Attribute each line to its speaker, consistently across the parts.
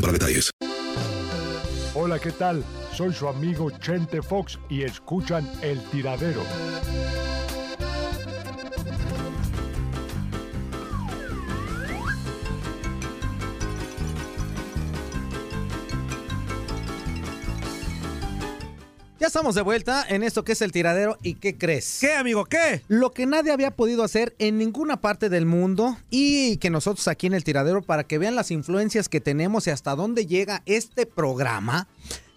Speaker 1: para detalles.
Speaker 2: Hola, ¿qué tal? Soy su amigo Chente Fox y escuchan El Tiradero.
Speaker 3: Ya estamos de vuelta en esto que es el tiradero y ¿qué crees?
Speaker 4: ¿Qué, amigo? ¿Qué?
Speaker 3: Lo que nadie había podido hacer en ninguna parte del mundo y que nosotros aquí en el tiradero para que vean las influencias que tenemos y hasta dónde llega este programa,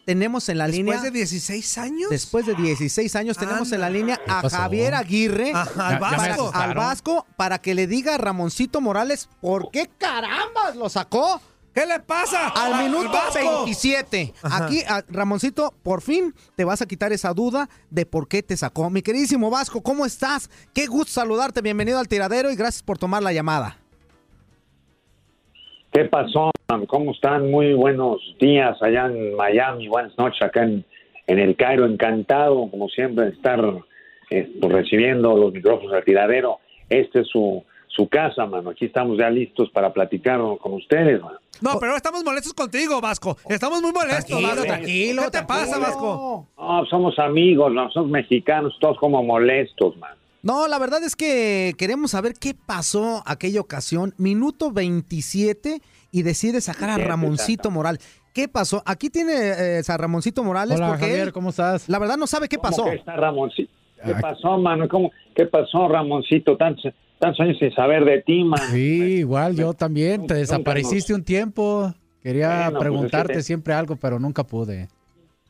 Speaker 3: tenemos en la línea...
Speaker 4: ¿Después de 16 años?
Speaker 3: Después de 16 años tenemos en la línea a
Speaker 5: pasó?
Speaker 3: Javier Aguirre,
Speaker 4: Ajá,
Speaker 5: Ya- ya
Speaker 4: al
Speaker 5: me
Speaker 3: para-
Speaker 4: Vasco.
Speaker 5: asustaron.
Speaker 3: al Vasco, para que le diga a Ramoncito Morales por qué carambas lo sacó
Speaker 4: ¿Qué le pasa?
Speaker 3: al minuto
Speaker 4: Vasco.
Speaker 3: 27. Aquí, ah, a- Ramoncito, por fin te vas a quitar esa duda de por qué te sacó. Mi queridísimo Vasco, ¿cómo estás? Qué gusto saludarte. Bienvenido al tiradero y gracias por tomar la llamada.
Speaker 6: ¿Qué pasó? ¿Cómo están? Muy buenos días allá en Miami, buenas noches acá en, en El Cairo. Encantado, como siempre, de estar eh, pues, recibiendo los micrófonos al tiradero. Este es su, su casa, mano. Aquí estamos ya listos para platicar con ustedes, mano.
Speaker 4: No, pero estamos molestos contigo, Vasco. Estamos muy molestos,
Speaker 3: Tranquilo,
Speaker 4: Vasco.
Speaker 3: tranquilo,
Speaker 4: ¿Qué te pasa,
Speaker 3: tranquilo.
Speaker 4: Vasco?
Speaker 6: No, somos amigos, no somos mexicanos, todos como molestos, mano.
Speaker 3: No, la verdad es que queremos saber qué pasó aquella ocasión. Minuto 27 y decide sacar a
Speaker 6: Sí,
Speaker 3: Ramoncito
Speaker 6: exacto.
Speaker 3: Moral. ¿Qué pasó? Aquí tiene eh, a Ramoncito Morales
Speaker 5: Hola,
Speaker 3: porque
Speaker 5: Javier,
Speaker 3: él,
Speaker 5: ¿cómo estás?
Speaker 3: la verdad no sabe qué pasó.
Speaker 6: ¿Cómo que está Ramoncito? ¿Qué pasó, mano? ¿Cómo? ¿Qué pasó, Ramoncito? Tantos, tantos años sin saber de ti, mano.
Speaker 5: Sí, igual, yo también. Te
Speaker 6: Nunca nos-
Speaker 5: desapareciste un tiempo. Quería
Speaker 6: Bueno, pues,
Speaker 5: preguntarte
Speaker 6: es que te-
Speaker 5: siempre algo, pero nunca pude.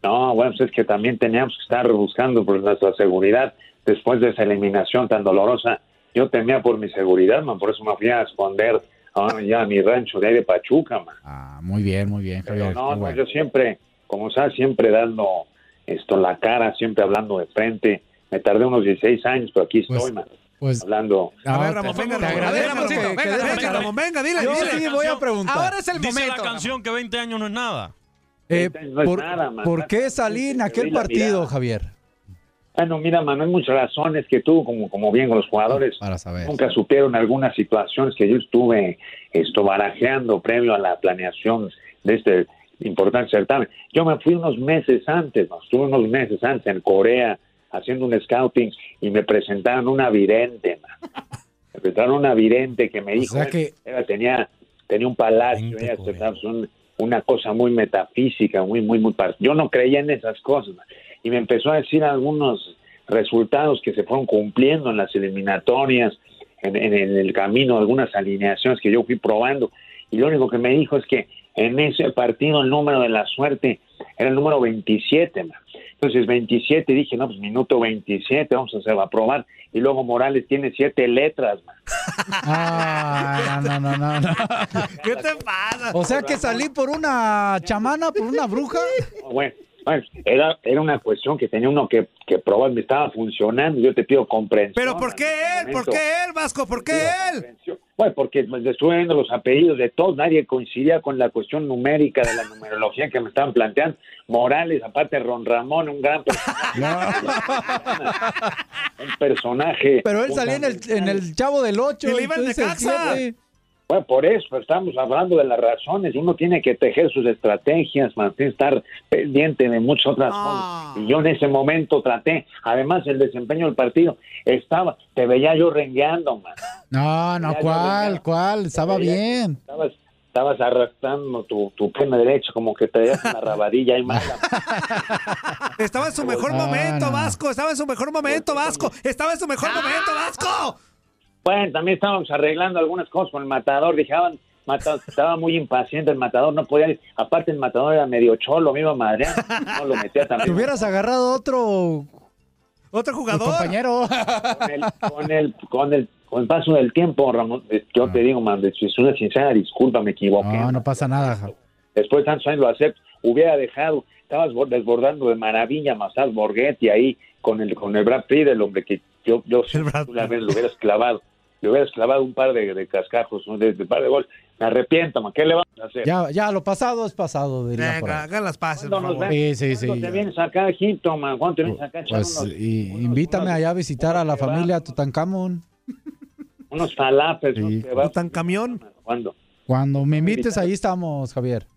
Speaker 6: No, bueno, pues es que también teníamos que estar buscando por nuestra seguridad después de esa eliminación tan dolorosa. Yo temía por mi seguridad, man, por eso me fui a esconder ah, ya a mi rancho de ahí de Pachuca, man.
Speaker 5: Ah, muy bien, muy bien,
Speaker 6: Pero
Speaker 5: Javier.
Speaker 6: no,
Speaker 5: qué
Speaker 6: no,
Speaker 5: bueno.
Speaker 6: yo siempre, como sabes, siempre dando esto la cara, siempre hablando de frente. Me tardé unos 16 años, pero aquí estoy,
Speaker 5: Pues-
Speaker 6: man,
Speaker 5: Pues,
Speaker 6: hablando.
Speaker 4: A
Speaker 5: no,
Speaker 4: ver,
Speaker 5: te-
Speaker 4: Ramón,
Speaker 5: te
Speaker 4: venga, Ramón. A ver,
Speaker 5: agradezco
Speaker 4: Ramoncito,
Speaker 5: que- que
Speaker 4: venga,
Speaker 5: dejes-
Speaker 4: venga, Ramón, venga, dile,
Speaker 3: Yo
Speaker 4: dile.
Speaker 3: sí voy a preguntar.
Speaker 4: Ahora es el momento.
Speaker 3: Ramón.
Speaker 7: que 20 años no es nada.
Speaker 5: Eh,
Speaker 6: No es
Speaker 5: ¿Por,
Speaker 6: nada, man.
Speaker 5: por qué salí en aquel
Speaker 6: Perdí la
Speaker 5: partido,
Speaker 6: mirada.
Speaker 5: Javier?
Speaker 6: Bueno, mira, man, hay muchas razones que tú, como, como bien con los jugadores,
Speaker 5: Para saber.
Speaker 6: Nunca supieron algunas situaciones que yo estuve esto barajeando previo a la planeación de este importante certamen. Yo me fui unos meses antes, ¿no? estuve unos meses antes en Corea haciendo un scouting y me presentaron una vidente. ¿no? Me presentaron una vidente que me dijo,
Speaker 5: sea que-
Speaker 6: ella tenía, tenía un palacio,
Speaker 7: Vidente
Speaker 6: ella
Speaker 7: coreana.
Speaker 6: estaba- un- una cosa muy metafísica, muy, muy, muy... par- Yo no creía en esas cosas. ¿no? Y me empezó a decir algunos resultados que se fueron cumpliendo en las eliminatorias, en, en- en el camino, algunas alineaciones que yo fui probando. y lo único que me dijo es que en ese partido el número de la suerte era el número 27. man. Entonces 27 dije, no, pues minuto 27, vamos a hacer a probar. Y luego Morales tiene siete letras. man.
Speaker 5: Ah, no, no, no, no.
Speaker 4: ¿Qué te pasa?
Speaker 5: O sea que salí por una chamana, por una bruja.
Speaker 6: Bueno, bueno, era, era una cuestión que tenía uno que, que probar, me estaba funcionando, yo te pido comprensión.
Speaker 4: ¿Pero por qué él? ¿Por qué él, Vasco? ¿Por qué él?
Speaker 6: Bueno, porque pues, estuve viendo los apellidos de todos, nadie coincidía con la cuestión numérica de la numerología que me estaban planteando. Morales, aparte Ron Ramón, un gran personaje. un personaje.
Speaker 5: Pero él
Speaker 6: un
Speaker 5: salía en el, en el chavo del 8.
Speaker 6: Y le iba al Necaxa. Bueno, por eso pero estamos hablando de las razones. Uno tiene que tejer sus estrategias, man, tiene que estar pendiente de muchas otras cosas. Y yo en ese momento traté. Además, el desempeño del partido estaba, te veía yo rengueando, man.
Speaker 5: No, no,
Speaker 6: Ya, ya,
Speaker 5: ¿cuál? ¿Cuál? Estaba bien.
Speaker 6: Estabas, estabas arrastrando tu, tu pene derecho, como que te veías una rabadilla y mala.
Speaker 4: Estaba en su mejor
Speaker 3: Ah,
Speaker 4: momento, Vasco. Estaba en su mejor momento, Vasco. Estaba en su mejor momento, Vasco.
Speaker 6: Bueno, también estábamos arreglando algunas cosas con el matador. Dijaban, mata- estaba muy impaciente el matador, no podía. Aparte, el matador era medio cholo, me iba a madrear, No lo metía
Speaker 5: Te
Speaker 6: también.
Speaker 5: hubieras agarrado otro
Speaker 4: Otro
Speaker 5: tu compañero.
Speaker 6: con el, con el, con el, con el paso del tiempo, Ramón, eh, yo
Speaker 5: Ah.
Speaker 6: te digo, man, es una sincera disculpa, me equivoqué.
Speaker 5: No, no pasa nada. ja.
Speaker 6: Después de tantos años lo acepto, hubiera dejado, estabas bo- desbordando de maravilla Masad Borghetti ahí con el, con el Brad Pitt, el hombre que yo, yo si tú una vez lo hubieras clavado, le hubieras clavado un par de, de cascajos, un de, de par de goles. Me arrepiento, man, ¿qué le vamos a hacer?
Speaker 5: Ya, ya, lo pasado es pasado, diría por ahí.
Speaker 4: hagan las pases,
Speaker 6: ¿Cuándo
Speaker 5: Sí,
Speaker 6: nos ven?
Speaker 5: sí, sí.
Speaker 6: ¿Cuándo te vienes acá, Hilton, man? ¿Cuándo te vienes acá, a echar
Speaker 5: Pues
Speaker 6: unos-
Speaker 5: y, invítame allá a visitar a la familia Tutankamón.
Speaker 6: unos falafes,
Speaker 5: Sí.
Speaker 6: unos kebabs?
Speaker 4: Tan camión.
Speaker 6: ¿Cuándo?
Speaker 5: Cuando me invites, ahí estamos, Javier.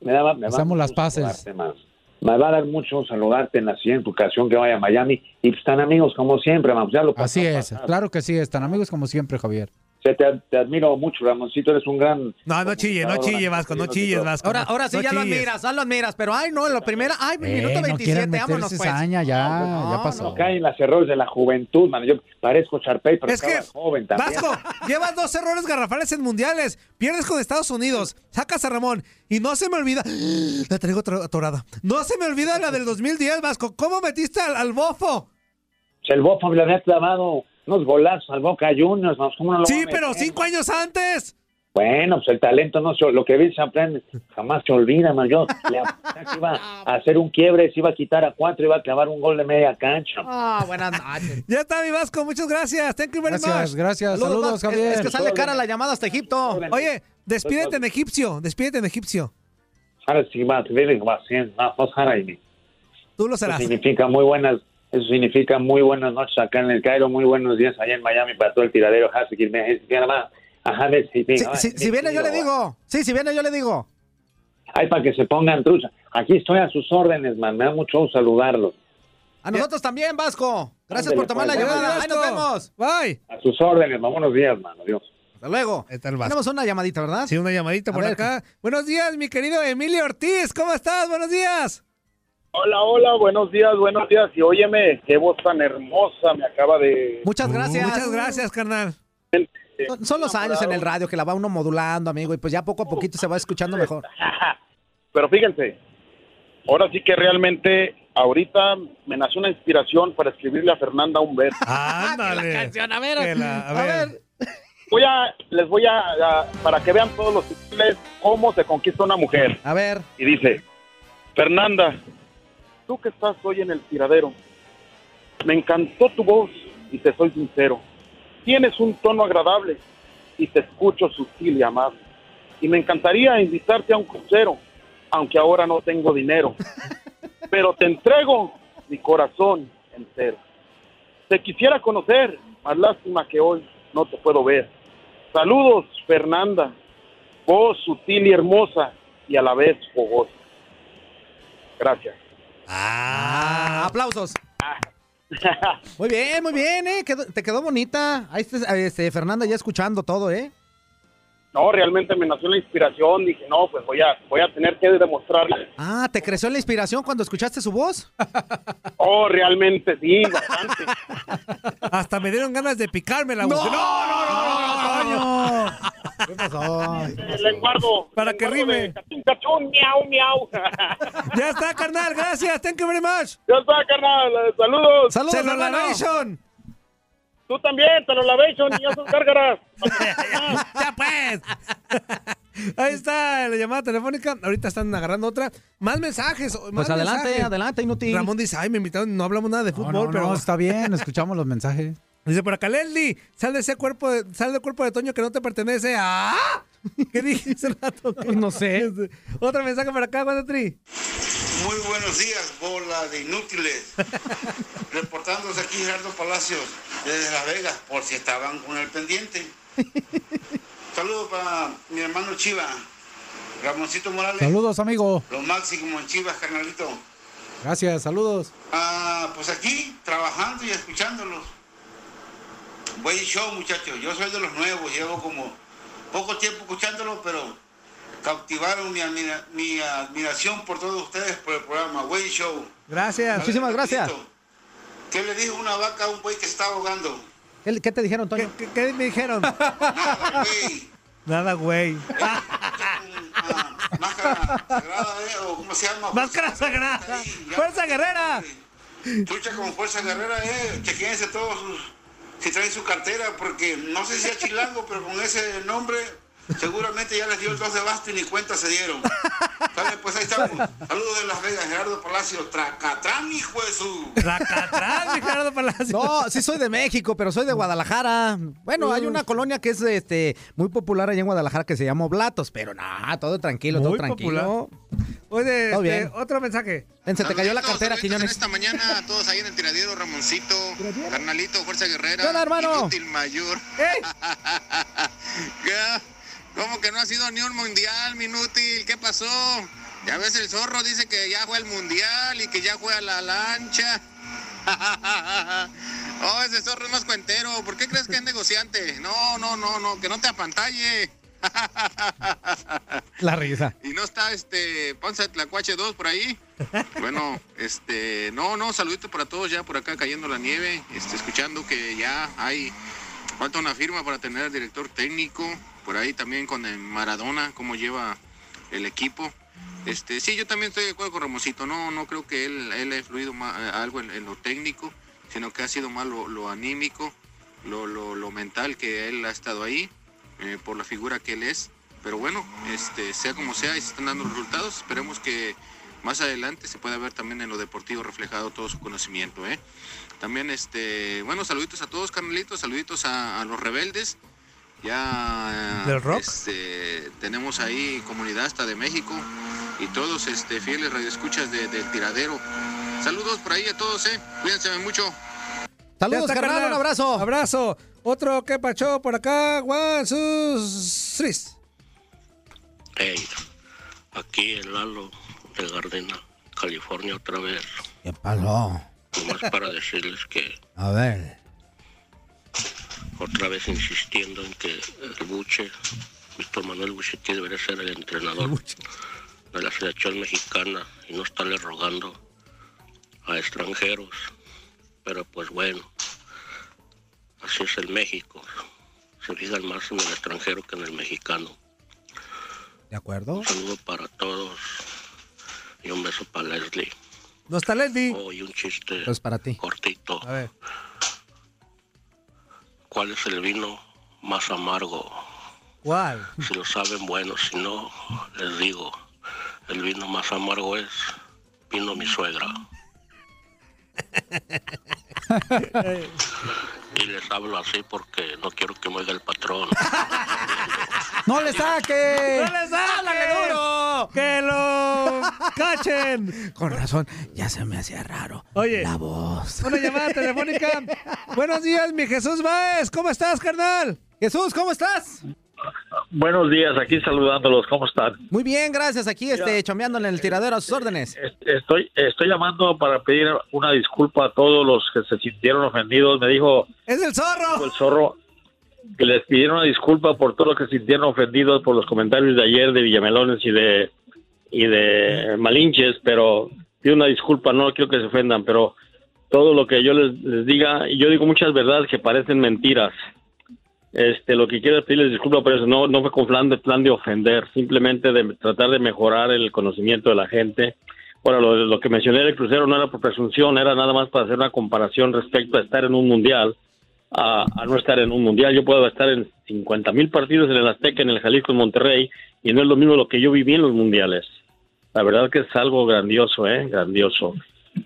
Speaker 6: Me daba, me
Speaker 5: Hacemos
Speaker 6: daba
Speaker 5: las
Speaker 6: mucho
Speaker 5: paces.
Speaker 6: saludarte, man. Me va a dar mucho saludarte en la siguiente ocasión que vaya a Miami. Y pues, están amigos como siempre, man. Pues, ya lo pasó,
Speaker 5: Así es,
Speaker 6: pasado.
Speaker 5: claro que sí, están amigos como siempre, Javier.
Speaker 6: Se te, te admiro mucho, Ramoncito. Eres un gran.
Speaker 4: No, no chille, no chille, Vasco. No chilles, Vasco.
Speaker 3: Ahora, ahora sí
Speaker 4: No
Speaker 3: ya lo
Speaker 4: chilles.
Speaker 3: admiras, ya lo admiras, pero ay no, en la primera, ay,
Speaker 5: Eh,
Speaker 3: minuto
Speaker 5: no
Speaker 3: 27,
Speaker 5: quieran meter
Speaker 3: vámonos pues.
Speaker 5: cizaña, ya, ya pasó.
Speaker 6: No caen los errores de la juventud, man. Yo parezco Charpey, pero
Speaker 4: Es que,
Speaker 6: estaba joven también.
Speaker 4: Vasco, llevas dos errores garrafales en mundiales. Pierdes con Estados Unidos, sacas a Ramón. Y no se me olvida. La traigo atro- atorada. No se me olvida la del 2010, Vasco. ¿Cómo metiste al, al bofo?
Speaker 6: Si Pues, El Bofa le había clavado unos golazos al Boca Juniors. man, ¿cómo no lo va
Speaker 4: Sí,
Speaker 6: a meter?
Speaker 4: pero cinco años antes.
Speaker 6: Bueno, pues el talento no se, lo que bien se aprende jamás se olvida, man. Yo le aposté que iba a hacer un quiebre, se iba a quitar a cuatro, iba a clavar un gol de media cancha.
Speaker 3: Ah, buenas noches.
Speaker 4: Ya está, mi Vasco. Muchas gracias. Thank you very
Speaker 5: Gracias,
Speaker 4: much.
Speaker 5: gracias, saludos,
Speaker 3: Vasco. Es-
Speaker 5: Javier.
Speaker 3: Es que sale cara la llamada hasta Egipto.
Speaker 4: Oye, despídete en egipcio. Despídete en egipcio.
Speaker 6: Ahora sí va, dile, va, sí, no, pues, ahora y-
Speaker 4: Tú lo
Speaker 6: Eso
Speaker 4: serás.
Speaker 6: significa muy buenas, eso significa muy buenas noches acá en el Cairo, muy buenos días allá en Miami para todo el tiradero. Ajá, si quiere- si quiere más. Ajá, de- si-
Speaker 3: Si,
Speaker 6: ajá,
Speaker 3: si-
Speaker 6: de-
Speaker 3: si viene yo le
Speaker 6: de-
Speaker 3: digo. Sí, si viene yo le digo.
Speaker 6: Ay, para que se pongan trucha. Aquí estoy a sus órdenes, man. Me da mucho gusto saludarlos.
Speaker 3: A nosotros también, Vasco. Gracias
Speaker 6: Ándale,
Speaker 3: por tomar la
Speaker 6: pues,
Speaker 3: llamada. Ahí nos
Speaker 4: Vasco.
Speaker 3: vemos.
Speaker 4: Bye.
Speaker 6: A sus órdenes, man. Buenos días, man. Adiós.
Speaker 3: Hasta luego.
Speaker 4: Ahí está el Vasco.
Speaker 3: Tenemos una llamadita, ¿verdad?
Speaker 4: Sí, una llamadita
Speaker 3: A
Speaker 4: por
Speaker 3: ver.
Speaker 4: acá. Buenos días, mi querido Emilio Ortiz. ¿Cómo estás? Buenos días.
Speaker 7: Hola, hola, buenos días, buenos días. Y óyeme, qué voz tan hermosa me acaba de...
Speaker 3: Muchas gracias.
Speaker 4: Muchas gracias, carnal.
Speaker 3: Son, son los años en el radio que la va uno modulando, amigo, y pues ya poco a poquito se va escuchando mejor.
Speaker 7: Pero fíjense, ahora sí que realmente ahorita me nació una inspiración para escribirle a Fernanda un verso.
Speaker 3: Ah.
Speaker 4: Ándale.
Speaker 3: a ver,
Speaker 4: Que la- a
Speaker 3: a
Speaker 4: ver.
Speaker 3: ver.
Speaker 7: Voy a, les voy a, a- para que vean todos los titulares cómo se conquista una mujer.
Speaker 3: A ver.
Speaker 7: Y dice, Fernanda, tú que estás hoy en el tiradero, me encantó tu voz y te soy sincero. Tienes un tono agradable y te escucho sutil y amable. Y me encantaría invitarte a un crucero, aunque ahora no tengo dinero. Pero te entrego mi corazón entero. Te quisiera conocer, más lástima que hoy no te puedo ver. Saludos, Fernanda, voz sutil y hermosa y a la vez fogosa. Gracias.
Speaker 3: Ah, aplausos. Muy bien, muy bien, ¿eh? Quedó- te quedó bonita. Ahí está este, Fernanda ya escuchando todo, ¿eh?
Speaker 7: No, realmente me nació la inspiración. Dije, no, pues voy a, voy a tener que demostrarle.
Speaker 3: Ah, ¿te creció la inspiración cuando escuchaste su voz?
Speaker 7: Oh, realmente sí, bastante.
Speaker 4: Hasta me dieron ganas de picarme la mujer. No, no, no, no, no, no, no. ¿Qué pasó?
Speaker 7: Lenguardo.
Speaker 4: Para que rime.
Speaker 7: Cachun, cachun, miau, miau.
Speaker 4: Ya está, carnal. Gracias. Thank you very much.
Speaker 7: Ya está, carnal. eh,
Speaker 4: Saludos,
Speaker 7: Saludos. Saludos, hermano.
Speaker 4: Celebration.
Speaker 7: Tú también, te lo lavéis, y ya sus gárgaras.
Speaker 4: ¡Ya pues! Ahí está la llamada telefónica. Ahorita están agarrando otra. Más mensajes. más
Speaker 5: adelante,
Speaker 4: mensajes.
Speaker 5: adelante, inútil.
Speaker 4: Ramón dice, ay, me invitaron, no hablamos nada de
Speaker 5: No,
Speaker 4: fútbol,
Speaker 5: no,
Speaker 4: pero...
Speaker 5: no, está bien, escuchamos los mensajes.
Speaker 4: Dice por acá, Leslie, sal de ese cuerpo, de- sal del cuerpo de Toño que no te pertenece. ¡Ah! ¿Qué dije hace rato? no sé. Otro mensaje por acá, Guadatri.
Speaker 8: Muy buenos días, bola de inútiles. Reportándose aquí Gerardo Palacios desde La Vega, por si estaban con el pendiente. Saludos para mi hermano Chiva, Ramoncito Morales.
Speaker 5: Saludos, amigo.
Speaker 8: Lo máximo en Chivas, carnalito.
Speaker 5: Gracias, saludos.
Speaker 8: Ah, pues aquí, trabajando y escuchándolos. Buen show, muchachos. Yo soy de los nuevos, llevo como poco tiempo escuchándolos, pero cautivaron mi, admira- mi admiración por todos ustedes por el programa. Buen show.
Speaker 4: Gracias.
Speaker 3: Muchísimas gracias.
Speaker 8: ¿Qué le dijo una vaca a un buey que se estaba ahogando?
Speaker 3: ¿Qué qué te dijeron, Toño?
Speaker 4: ¿Qué, me dijeron? Nada, güey.
Speaker 8: Sagrada, ¿eh? ¿O cómo se llama?
Speaker 4: Máscara sagrada. Fuerza guerrera.
Speaker 8: Lucha con fuerza guerrera, eh. Chequense todos sus, si traen su cartera, porque no sé si es chilango, pero con ese nombre seguramente ya les dio el 2 de basto y ni cuenta se dieron. Sale, pues ahí estamos. Saludos de Las Vegas, Gerardo Palacio. Tracatrán, hijo de su.
Speaker 3: No, sí soy de México, pero soy de Guadalajara. Bueno,
Speaker 4: Mm.
Speaker 3: hay una colonia que es este muy popular allá en Guadalajara que se llama Oblatos, pero nada, todo tranquilo, todo
Speaker 4: Muy
Speaker 3: tranquilo.
Speaker 4: Oye,
Speaker 3: Todo
Speaker 4: este,
Speaker 3: bien.
Speaker 4: otro mensaje.
Speaker 3: Vence, te cayó la cartera, Quiñones.
Speaker 9: Esta mañana a todos ahí en el tiradero, Ramoncito, carnalito, Fuerza Guerrera,
Speaker 3: ¿Qué onda, hermano?
Speaker 9: Inútil Mayor. ¿Qué? ¿Cómo que no ha sido ni un mundial, Minútil? ¿Qué pasó? Ya ves, el zorro dice que ya juega el mundial y que ya juega la lancha. oh, ese zorro es más cuentero. ¿Por qué crees que es negociante? No, no, no, no, que no te apantalle.
Speaker 3: La risa.
Speaker 9: ¿Y no está este Panza de Tlacuache 2 por ahí? Bueno, este, no, no, saludito para todos ya por acá cayendo la nieve, este, escuchando que ya hay, falta una firma para tener al director técnico, por ahí también con el Maradona, cómo lleva el equipo. Este, sí, yo también estoy de acuerdo con Ramosito, no, no creo que él, él ha influido ma- eh, algo en, en lo técnico, sino que ha sido más lo, lo anímico, lo, lo, lo mental que él ha estado ahí, eh, por la figura que él es. Pero bueno, este, sea como sea, ahí se están dando los resultados, esperemos que más adelante se pueda ver también en lo deportivo reflejado todo su conocimiento. ¿eh? También, este, bueno, saluditos a todos, carnalitos, saluditos a, a los rebeldes. Ya
Speaker 4: ¿Del rock?
Speaker 9: este, tenemos ahí comunidad hasta de México y todos este, fieles radioescuchas de, del tiradero. Saludos por ahí a todos, ¿eh? cuídense mucho.
Speaker 3: Saludos,
Speaker 4: Ya está,
Speaker 3: carnal, un abrazo.
Speaker 4: Abrazo. Otro que pachó por acá. One, two, three.
Speaker 10: Hey, aquí el Lalo de Gardena, California otra vez.
Speaker 3: ¿Qué pasó?
Speaker 10: Nomás para decirles que
Speaker 3: A ver.
Speaker 10: otra vez insistiendo en que el Buche, Víctor Manuel Buchetti debería ser el entrenador de la selección mexicana y no estarle rogando a extranjeros. Pero pues bueno, así es el México. Se fijan más en el extranjero que en el mexicano.
Speaker 3: ¿De acuerdo?
Speaker 10: Un saludo para todos y un beso para Leslie.
Speaker 4: No está Leslie.
Speaker 10: Hoy un chiste
Speaker 3: Pues para ti.
Speaker 10: cortito.
Speaker 4: A ver.
Speaker 10: ¿Cuál es el vino más amargo?
Speaker 4: ¿Cuál?
Speaker 10: Si lo saben, bueno, si no, les digo, el vino más amargo es vino mi suegra. Y les hablo así porque no quiero que me oiga el patrón.
Speaker 5: ¡No le saque!
Speaker 4: ¡No les ¡Háblale duro! ¡Que lo cachen!
Speaker 3: Con razón, ya se me hacía raro.
Speaker 4: Oye.
Speaker 3: La voz.
Speaker 4: Una llamada telefónica. Buenos días, mi Jesús Baez. ¿Cómo estás, carnal?
Speaker 3: Jesús, ¿cómo estás?
Speaker 11: Buenos días, aquí saludándolos, ¿cómo están?
Speaker 3: Muy bien, gracias. Aquí este, chambeando en el tiradero a sus órdenes.
Speaker 11: eh, Estoy, estoy llamando para pedir una disculpa a todos los que se sintieron ofendidos. Me dijo
Speaker 4: ¡Es el zorro!
Speaker 11: el zorro que les pidieron una disculpa por todos los que se sintieron ofendidos por los comentarios de ayer de Villamelones y de, y de Malinches, pero pido una disculpa, no quiero que se ofendan, pero todo lo que yo les, les diga, y yo digo muchas verdades que parecen mentiras. Este, lo que quiero es pedirles disculpas por eso. No, no fue con plan de, plan de ofender, simplemente de tratar de mejorar el conocimiento de la gente. Bueno, lo, lo que mencioné del crucero no era por presunción, era nada más para hacer una comparación respecto a estar en un mundial, a, a no estar en un mundial. Yo puedo estar en 50 mil partidos en el Azteca, en el Jalisco, en Monterrey, y no es lo mismo lo que yo viví en los mundiales. La verdad que es algo grandioso, ¿eh? Grandioso.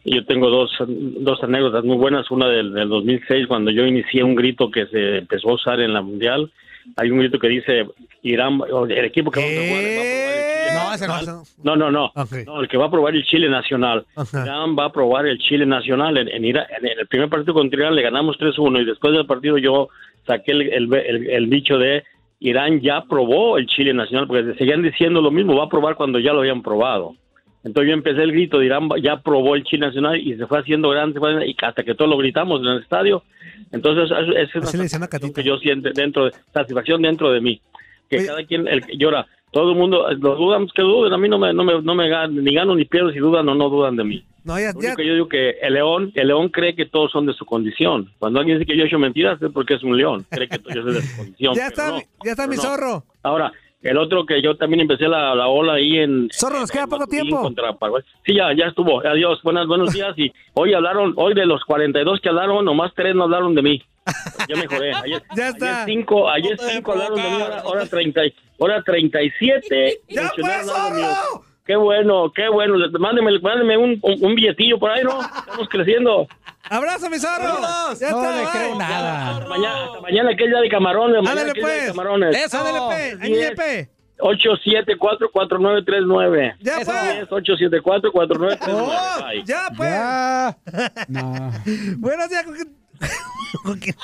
Speaker 11: Yo tengo dos, dos anécdotas muy buenas. Una del, del 2006, cuando yo inicié un grito que se empezó a usar en la Mundial. Hay un grito que dice, Irán, el equipo que vamos a jugar
Speaker 4: No, ese no. ese no.
Speaker 11: no, no, no. No, el que va a probar el Chile Nacional.
Speaker 4: Ajá.
Speaker 11: Irán va a probar el Chile Nacional. En, en Ira- en el primer partido contra Irán le ganamos 3-1 y después del partido yo saqué el, el, el- el bicho de Irán ya probó el Chile Nacional porque seguían diciendo lo mismo, va a probar cuando ya lo habían probado. Entonces yo empecé el grito de Irán ya probó el Chile Nacional y se fue haciendo grande, se fue haciendo- y hasta que todos lo gritamos en el estadio. Entonces es- es una satisfacción que yo siento dentro, de- satisfacción dentro de mí que cada quien el que llora todo el mundo eh, los dudan que duden a mí no me no me, no me gan- ni gano ni pierdo si dudan o no dudan de mí
Speaker 4: No, ya,
Speaker 11: lo
Speaker 4: ya-
Speaker 11: único que yo digo que el león el león cree que todos son de su condición cuando alguien dice que yo he hecho mentiras es porque es un león cree que todos yo soy de su condición pero
Speaker 4: ya está,
Speaker 11: no.
Speaker 4: mi- ya está mi
Speaker 11: no.
Speaker 4: zorro.
Speaker 11: ahora el otro que yo también empecé la, la ola ahí en
Speaker 4: Zorro, nos queda poco tiempo.
Speaker 11: contra Paraguay. Sí, ya, ya estuvo. Adiós, buenas, buenos días. Y hoy hablaron, hoy de los 42 que hablaron, nomás tres no hablaron de mí. Ya mejoré. Ayer, ayer cinco, ayer cinco hablaron de mí, ahora, ahora 30, y- ahora 37. ¡Ya Qué bueno, qué bueno. Mándeme, mándeme un, un, un billetillo por ahí, ¿no? Estamos creciendo.
Speaker 4: ¡Abrazo, mi zorro! Ya
Speaker 5: no
Speaker 4: está,
Speaker 5: le
Speaker 4: bye.
Speaker 5: creo nada.
Speaker 11: Hasta mañana que es día de camarones. Mañana
Speaker 4: Ándale,
Speaker 11: que es día de
Speaker 4: pues.
Speaker 11: camarones.
Speaker 4: Eso. Ándale, pe. Ahí, pues. pe.
Speaker 11: 874-4939.
Speaker 4: Ya,
Speaker 11: pues. 874-4939. Bye.
Speaker 4: Ya, pues. Buenos días. ¿con quién- con quién-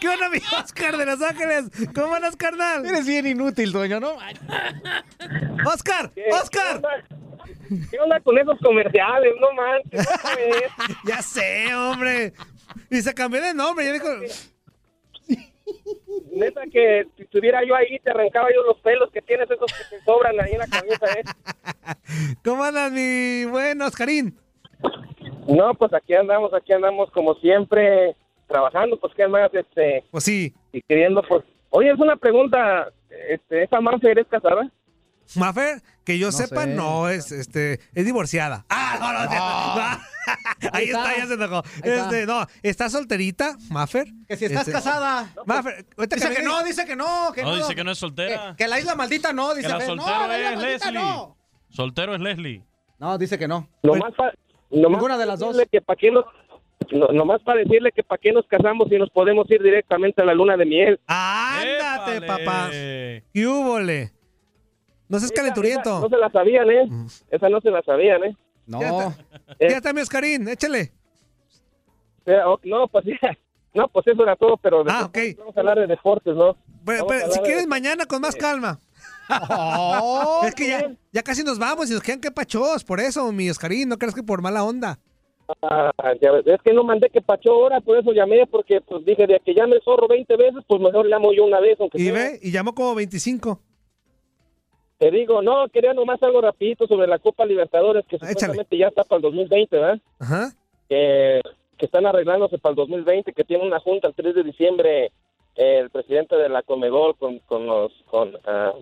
Speaker 4: ¿Qué onda, mi Oscar de Los Ángeles? ¿Cómo andas, carnal? Eres bien inútil, dueño, ¿no? ¡Oscar! ¡Oscar!
Speaker 12: ¿Qué onda con esos comerciales? No manches.
Speaker 4: ya sé, hombre. Y se cambió de nombre. Ya dijo,
Speaker 12: Neta que si estuviera yo ahí, te arrancaba yo los pelos que tienes, esos que te sobran ahí en la cabeza, ¿eh?
Speaker 4: ¿cómo andas, mi buen Oscarín?
Speaker 12: No, pues aquí andamos, aquí andamos como siempre, trabajando, pues qué más, este...
Speaker 4: Pues sí.
Speaker 12: Y queriendo, pues... Oye, es una pregunta, este, ¿esa Manfer es casada?
Speaker 4: Mafer, que yo sepa,
Speaker 12: sé.
Speaker 4: no es, este, es divorciada. ¡Ah, no, no, no, no. Ahí está, ya se enojó. Este, no, está solterita, Mafer.
Speaker 3: Que si estás
Speaker 4: Este,
Speaker 3: casada.
Speaker 4: Mafer, ahorita
Speaker 3: dice
Speaker 4: me
Speaker 3: que
Speaker 4: diga-
Speaker 3: no, dice que no. Que
Speaker 13: No,
Speaker 3: no,
Speaker 13: dice que no es soltera.
Speaker 3: Que la isla maldita no, dice
Speaker 13: que la
Speaker 3: Fer.
Speaker 13: soltera
Speaker 3: no, la isla
Speaker 13: es
Speaker 3: maldita
Speaker 13: Leslie.
Speaker 3: no.
Speaker 13: Soltero es Leslie.
Speaker 3: No, dice que no.
Speaker 4: Pues,
Speaker 12: Nomás para...
Speaker 3: Ninguna de las dos.
Speaker 12: Que pa' qué nos- no- nomás para decirle que para qué nos casamos y nos podemos ir directamente a la luna de miel.
Speaker 4: Ándate, papá. ¿Qué hubole? No seas calenturiento.
Speaker 12: No se la sabían, ¿eh? Esa no se la sabían, ¿eh?
Speaker 3: No.
Speaker 4: Ya está,
Speaker 12: Eh.
Speaker 4: ya está mi Oscarín, échale.
Speaker 12: Pero, ok, No, pues ya. No, pues eso era todo, pero
Speaker 4: Ah,
Speaker 12: después vamos a hablar de deportes, ¿no?
Speaker 4: Pero,
Speaker 12: Vamos
Speaker 4: pero,
Speaker 12: a
Speaker 4: Pues, si
Speaker 12: hablar de- Eh.
Speaker 4: quieres, mañana con más calma. es que ya, ya casi nos vamos y nos quedan que pachos. Por eso, mi Oscarín, no creas que por mala onda.
Speaker 12: Ah, ya ves, es que no mandé que pachó ahora, por eso llamé, porque pues dije, de que llame el zorro 20 veces, pues mejor llamo yo una vez, aunque
Speaker 4: Y
Speaker 12: sea.
Speaker 4: ve, ¿Eh? y llamó como 25.
Speaker 12: Te digo, no, quería nomás algo rapidito sobre la Copa Libertadores, que supuestamente ya está para el 2020, ¿verdad?
Speaker 4: Ajá.
Speaker 12: Que, que están arreglándose para el 2020, que tiene una junta el 3 de diciembre eh, el presidente de la Comebol con, con los, con, ah,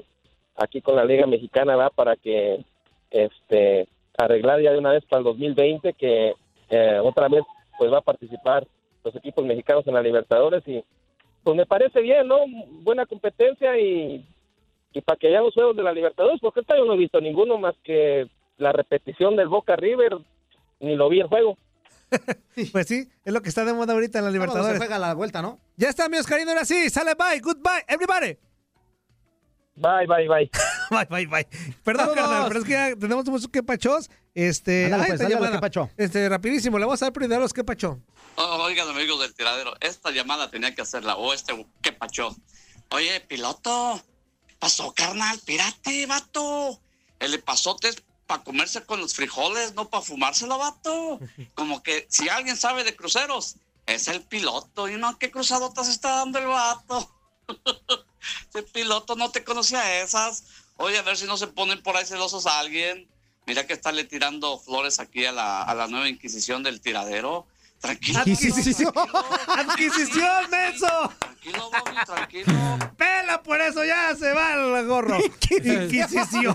Speaker 12: aquí con la Liga Mexicana, va para que, este, arreglar ya de una vez para el 2020, que eh, otra vez, pues va a participar los equipos mexicanos en la Libertadores y, pues me parece bien, ¿no? Buena competencia y, y para que haya los juegos de la Libertadores, porque esta yo no he visto ninguno más que la repetición del Boca River, ni lo vi el juego.
Speaker 4: Pues sí, es lo que está de moda ahorita en la
Speaker 3: Sábado se
Speaker 4: Libertadores.
Speaker 3: juega la vuelta, ¿no?
Speaker 4: Ya está, mi Oscarín, ahora sí. Sale, bye, goodbye, everybody.
Speaker 12: Bye, bye, bye.
Speaker 4: bye, bye, bye. Perdón,
Speaker 3: Vámonos.
Speaker 4: carnal, pero es que ya tenemos muchos quepachos. Este,
Speaker 3: Ándale,
Speaker 4: ay,
Speaker 3: pues,
Speaker 4: esta
Speaker 3: dale a los
Speaker 4: llamada.
Speaker 3: quepacho.
Speaker 4: Este, rapidísimo, le vamos a dar primero a los quepachos.
Speaker 14: Oh, oigan, amigos del tiradero, esta llamada tenía que hacerla. O este, qué pacho. Oye, piloto, ¿qué pasó, carnal? Pirate, vato. El epazote es para comerse con los frijoles, no para fumárselo, vato. Como que si alguien sabe de cruceros, es el piloto. Y no, ¿qué cruzadotas está dando el vato? Ese piloto no te conocía esas. Oye, a ver si no se ponen por ahí celosos a alguien. Mira que estarle tirando flores aquí a la, a la nueva Inquisición del tiradero. Tranquilo.
Speaker 4: Adquisición. Adquisición, menso.
Speaker 14: Tranquilo, Bobby, tranquilo.
Speaker 4: Pela por eso, ya se va el gorro. Inquisición.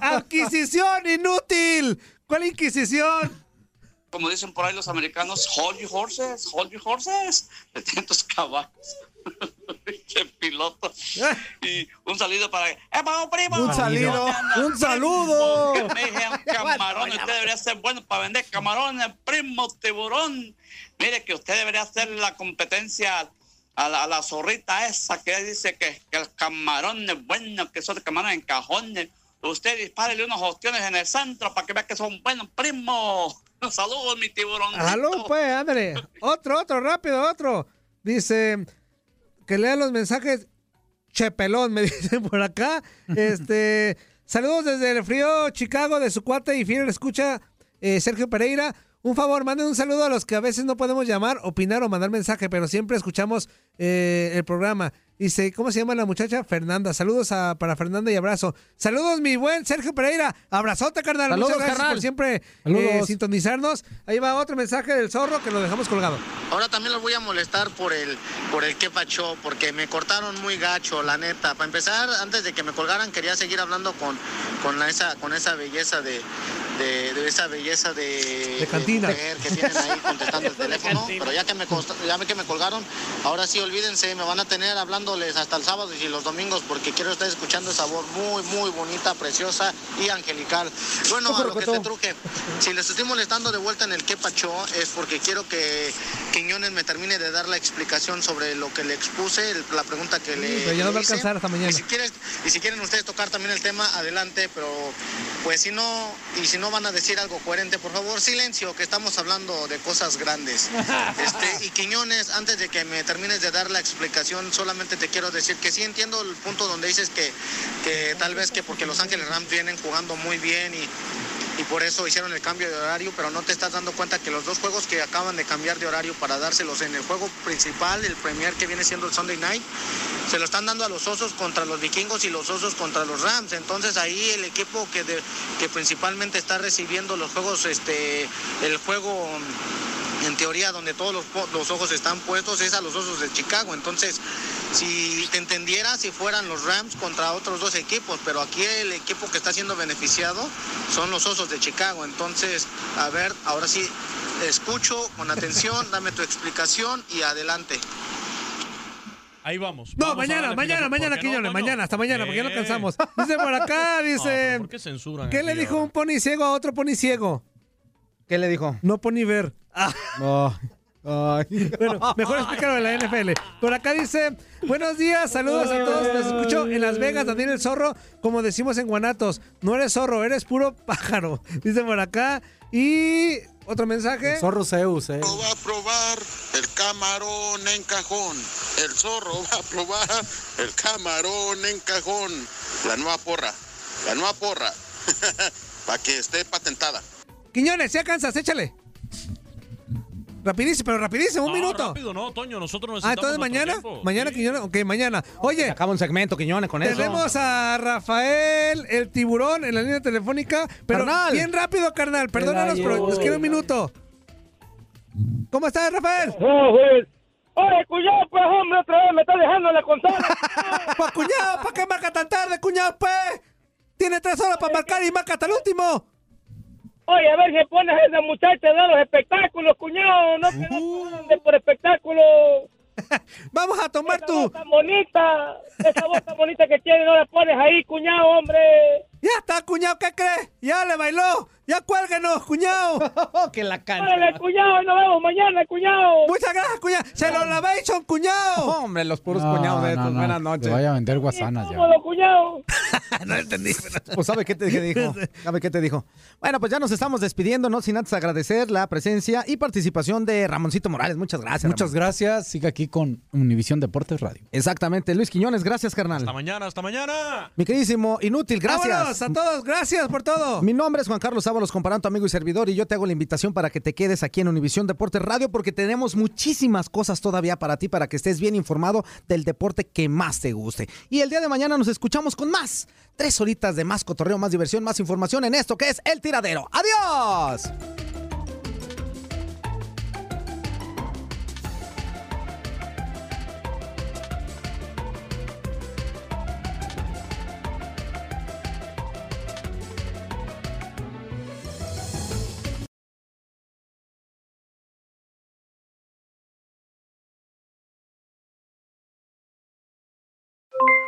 Speaker 4: Adquisición inútil. ¿Cuál inquisición?
Speaker 14: Como dicen por ahí los americanos, hold your horses, hold your horses. Detén tus caballos. Qué piloto. Y un saludo para. ¡Eh, vamos, primo!
Speaker 4: Un salido. Un saludo.
Speaker 14: Me dijeron camarón, usted debería ser bueno para vender camarones, primo tiburón. Mire que usted debería hacer la competencia a la, a la zorrita esa que dice que, que el camarón es bueno, que son camarones en cajones. Usted dispárele unos ostiones en el centro para que vea que son buenos, primo. Saludos, mi tiburón.
Speaker 4: Aló, pues, ándale. Otro, otro, rápido, otro. Dice que lea los mensajes. Chepelón, me dicen por acá. Este, saludos desde el frío Chicago de su cuate y fiel escucha eh, Sergio Pereira. Un favor, manden un saludo a los que a veces no podemos llamar, opinar o mandar mensaje, pero siempre escuchamos eh, el programa. Dice, ¿cómo se llama la muchacha? Fernanda. Saludos a- para Fernanda y abrazo. Saludos, mi buen Sergio Pereira. Abrazote, carnal.
Speaker 5: Saludos,
Speaker 4: Muchas gracias
Speaker 5: carnal.
Speaker 4: por siempre eh,
Speaker 5: Saludos.
Speaker 4: sintonizarnos. Ahí va otro mensaje del zorro que lo dejamos colgado.
Speaker 15: Ahora también los voy a molestar por el, por el que pachó, porque me cortaron muy gacho, la neta. Para empezar, antes de que me colgaran, quería seguir hablando con, con la- esa, con esa belleza de, de, de esa belleza de,
Speaker 4: De cantina.
Speaker 15: mujer que tienen ahí contestando el teléfono. Pero ya que me consta- ya que me colgaron, ahora sí olvídense, me van a tener hablándoles hasta el sábado y los domingos, porque quiero estar escuchando esa voz muy, muy bonita, preciosa y angelical. Bueno, a lo que se truje, si les estoy molestando de vuelta en el que pachó, es porque quiero que Quiñones me termine de dar la explicación sobre lo que le expuse, el- la pregunta que le.
Speaker 4: Pero ya no
Speaker 15: le
Speaker 4: va a
Speaker 15: hice.
Speaker 4: alcanzar hasta mañana.
Speaker 15: Y si quieres- y si quieren ustedes tocar también el tema, adelante, pero pues si no, y si no van a decir algo coherente, por favor, silencio, que estamos hablando de cosas grandes. Este, y Quiñones, antes de que me termines de dar la explicación, solamente te quiero decir que sí entiendo el punto donde dices que, que tal vez que porque Los Ángeles Rams vienen jugando muy bien y y por eso hicieron el cambio de horario, pero no te estás dando cuenta que los dos juegos que acaban de cambiar de horario para dárselos en el juego principal, el Premier que viene siendo el Sunday Night, se lo están dando a los Osos contra los Vikingos y los Osos contra los Rams. Entonces ahí el equipo que, de- que principalmente está recibiendo los juegos, este, el juego en teoría donde todos los, po- los ojos están puestos es a los osos de Chicago. Entonces, si te entendiera si fueran los Rams contra otros dos equipos, pero aquí el equipo que está siendo beneficiado son los osos de Chicago. Entonces, a ver, ahora sí, escucho con atención, dame tu explicación y adelante.
Speaker 13: Ahí vamos.
Speaker 4: No,
Speaker 13: Vamos a
Speaker 4: mañana,
Speaker 13: darle
Speaker 4: mañana,
Speaker 13: aplicación. ¿Por
Speaker 4: mañana,
Speaker 13: qué no,
Speaker 4: Quiñones,
Speaker 13: coño?
Speaker 4: mañana, hasta mañana, porque ya no
Speaker 13: ¿Qué?
Speaker 4: cansamos. Dice por acá, dice.
Speaker 13: ¿Por qué censuran?
Speaker 4: ¿Qué le
Speaker 13: aquí
Speaker 4: dijo
Speaker 13: ahora?
Speaker 4: un pony ciego a otro pony ciego? ¿Qué le dijo? No pony ver.
Speaker 13: Ah.
Speaker 5: No. Ay.
Speaker 4: Bueno, mejor explícalo de la NFL. Por acá dice, buenos días, saludos a todos. Les escucho en Las Vegas, Daniel el Zorro, como decimos en Guanatos. No eres zorro, eres puro pájaro. Dice por acá. Y otro mensaje.
Speaker 5: Zorro Zeus, eh.
Speaker 16: va a probar el camarón en cajón. El zorro va a probar el camarón en cajón. La nueva porra. La nueva porra. Para que esté patentada.
Speaker 4: Quiñones, ya cansas, échale. Rapidísimo, pero rapidísimo, un
Speaker 13: No,
Speaker 4: minuto.
Speaker 13: Ah, rápido, no, Toño, nosotros
Speaker 4: Ah,
Speaker 13: necesitamos
Speaker 4: entonces
Speaker 13: nuestro
Speaker 4: mañana,
Speaker 13: tiempo.
Speaker 4: mañana Quiñones, ok, mañana. Oye,
Speaker 3: Acaba un segmento, Quiñones, con
Speaker 4: tenemos
Speaker 3: eso.
Speaker 4: a Rafael el tiburón en la línea telefónica, pero
Speaker 3: Carnal.
Speaker 4: bien rápido, carnal, perdónanos, pero
Speaker 3: llevo.
Speaker 4: nos queda un minuto. ¿Cómo estás, Rafael?
Speaker 17: Oye, Ah, cuñado, pues, hombre, otra vez me está dejando la consola.
Speaker 4: pues, cuñado, ¿para qué marca tan tarde, cuñado, pues? Tiene tres horas para marcar y marca hasta el último.
Speaker 17: Oye, a ver si pones a esa muchacha de los espectáculos, cuñado. No que no cobran de por espectáculo.
Speaker 4: Vamos a tomar
Speaker 17: tu... Esa voz tan bonita, esa voz tan bonita que tiene, no la pones ahí, cuñado, hombre.
Speaker 4: Ya está, cuñado, ¿qué crees? Ya le bailó. Ya cuélguenos, cuñado.
Speaker 3: que la
Speaker 17: Órale, cuñado, y nos vemos mañana, cuñado.
Speaker 4: Muchas gracias, cuñado. Se lo lavéis, son cuñado.
Speaker 3: Hombre, los puros
Speaker 5: No,
Speaker 3: cuñados de
Speaker 5: no,
Speaker 3: estos.
Speaker 5: no.
Speaker 3: Buenas noches.
Speaker 5: Te vaya a vender guasanas ya.
Speaker 17: Vámonos, cuñado.
Speaker 3: Ah, Pues sabe qué te qué dijo. ¿Sabe qué te dijo? Bueno, pues ya nos estamos despidiendo, no sin antes agradecer la presencia y participación de Ramoncito Morales. Muchas gracias.
Speaker 5: Muchas gracias. Sigue aquí con Univisión Deportes Radio.
Speaker 3: Exactamente. Luis Quiñones, gracias, carnal.
Speaker 13: Hasta mañana, hasta mañana.
Speaker 3: Mi queridísimo Inútil, gracias.
Speaker 4: Vámonos a todos, gracias por todo.
Speaker 3: Mi nombre es Juan Carlos Ábalos, comparando amigo y servidor, y yo te hago la invitación para que te quedes aquí en Univisión Deportes Radio porque tenemos muchísimas cosas todavía para ti, para que estés bien informado del deporte que más te guste. Y el día de mañana nos escuchamos con más. Tres horitas de más cotorreo, más diversión, más información en esto que es El Tiradero. ¡Adiós!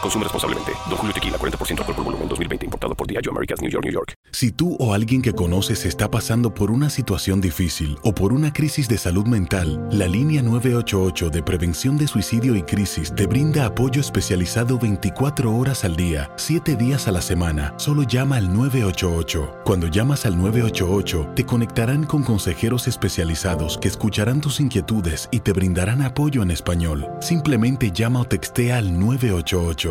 Speaker 18: Consume responsablemente. Don Julio Tequila, 40% alcohol por volumen, 2020. Importado por Diageo Americas, New York, New York.
Speaker 19: Si tú o alguien que conoces está pasando por una situación difícil o por una crisis de salud mental, la línea 988 de prevención de suicidio y crisis te brinda apoyo especializado 24 horas al día, 7 días a la semana. Solo llama al 988. Cuando llamas al 988, te conectarán con consejeros especializados que escucharán tus inquietudes y te brindarán apoyo en español. Simplemente llama o textea al 988.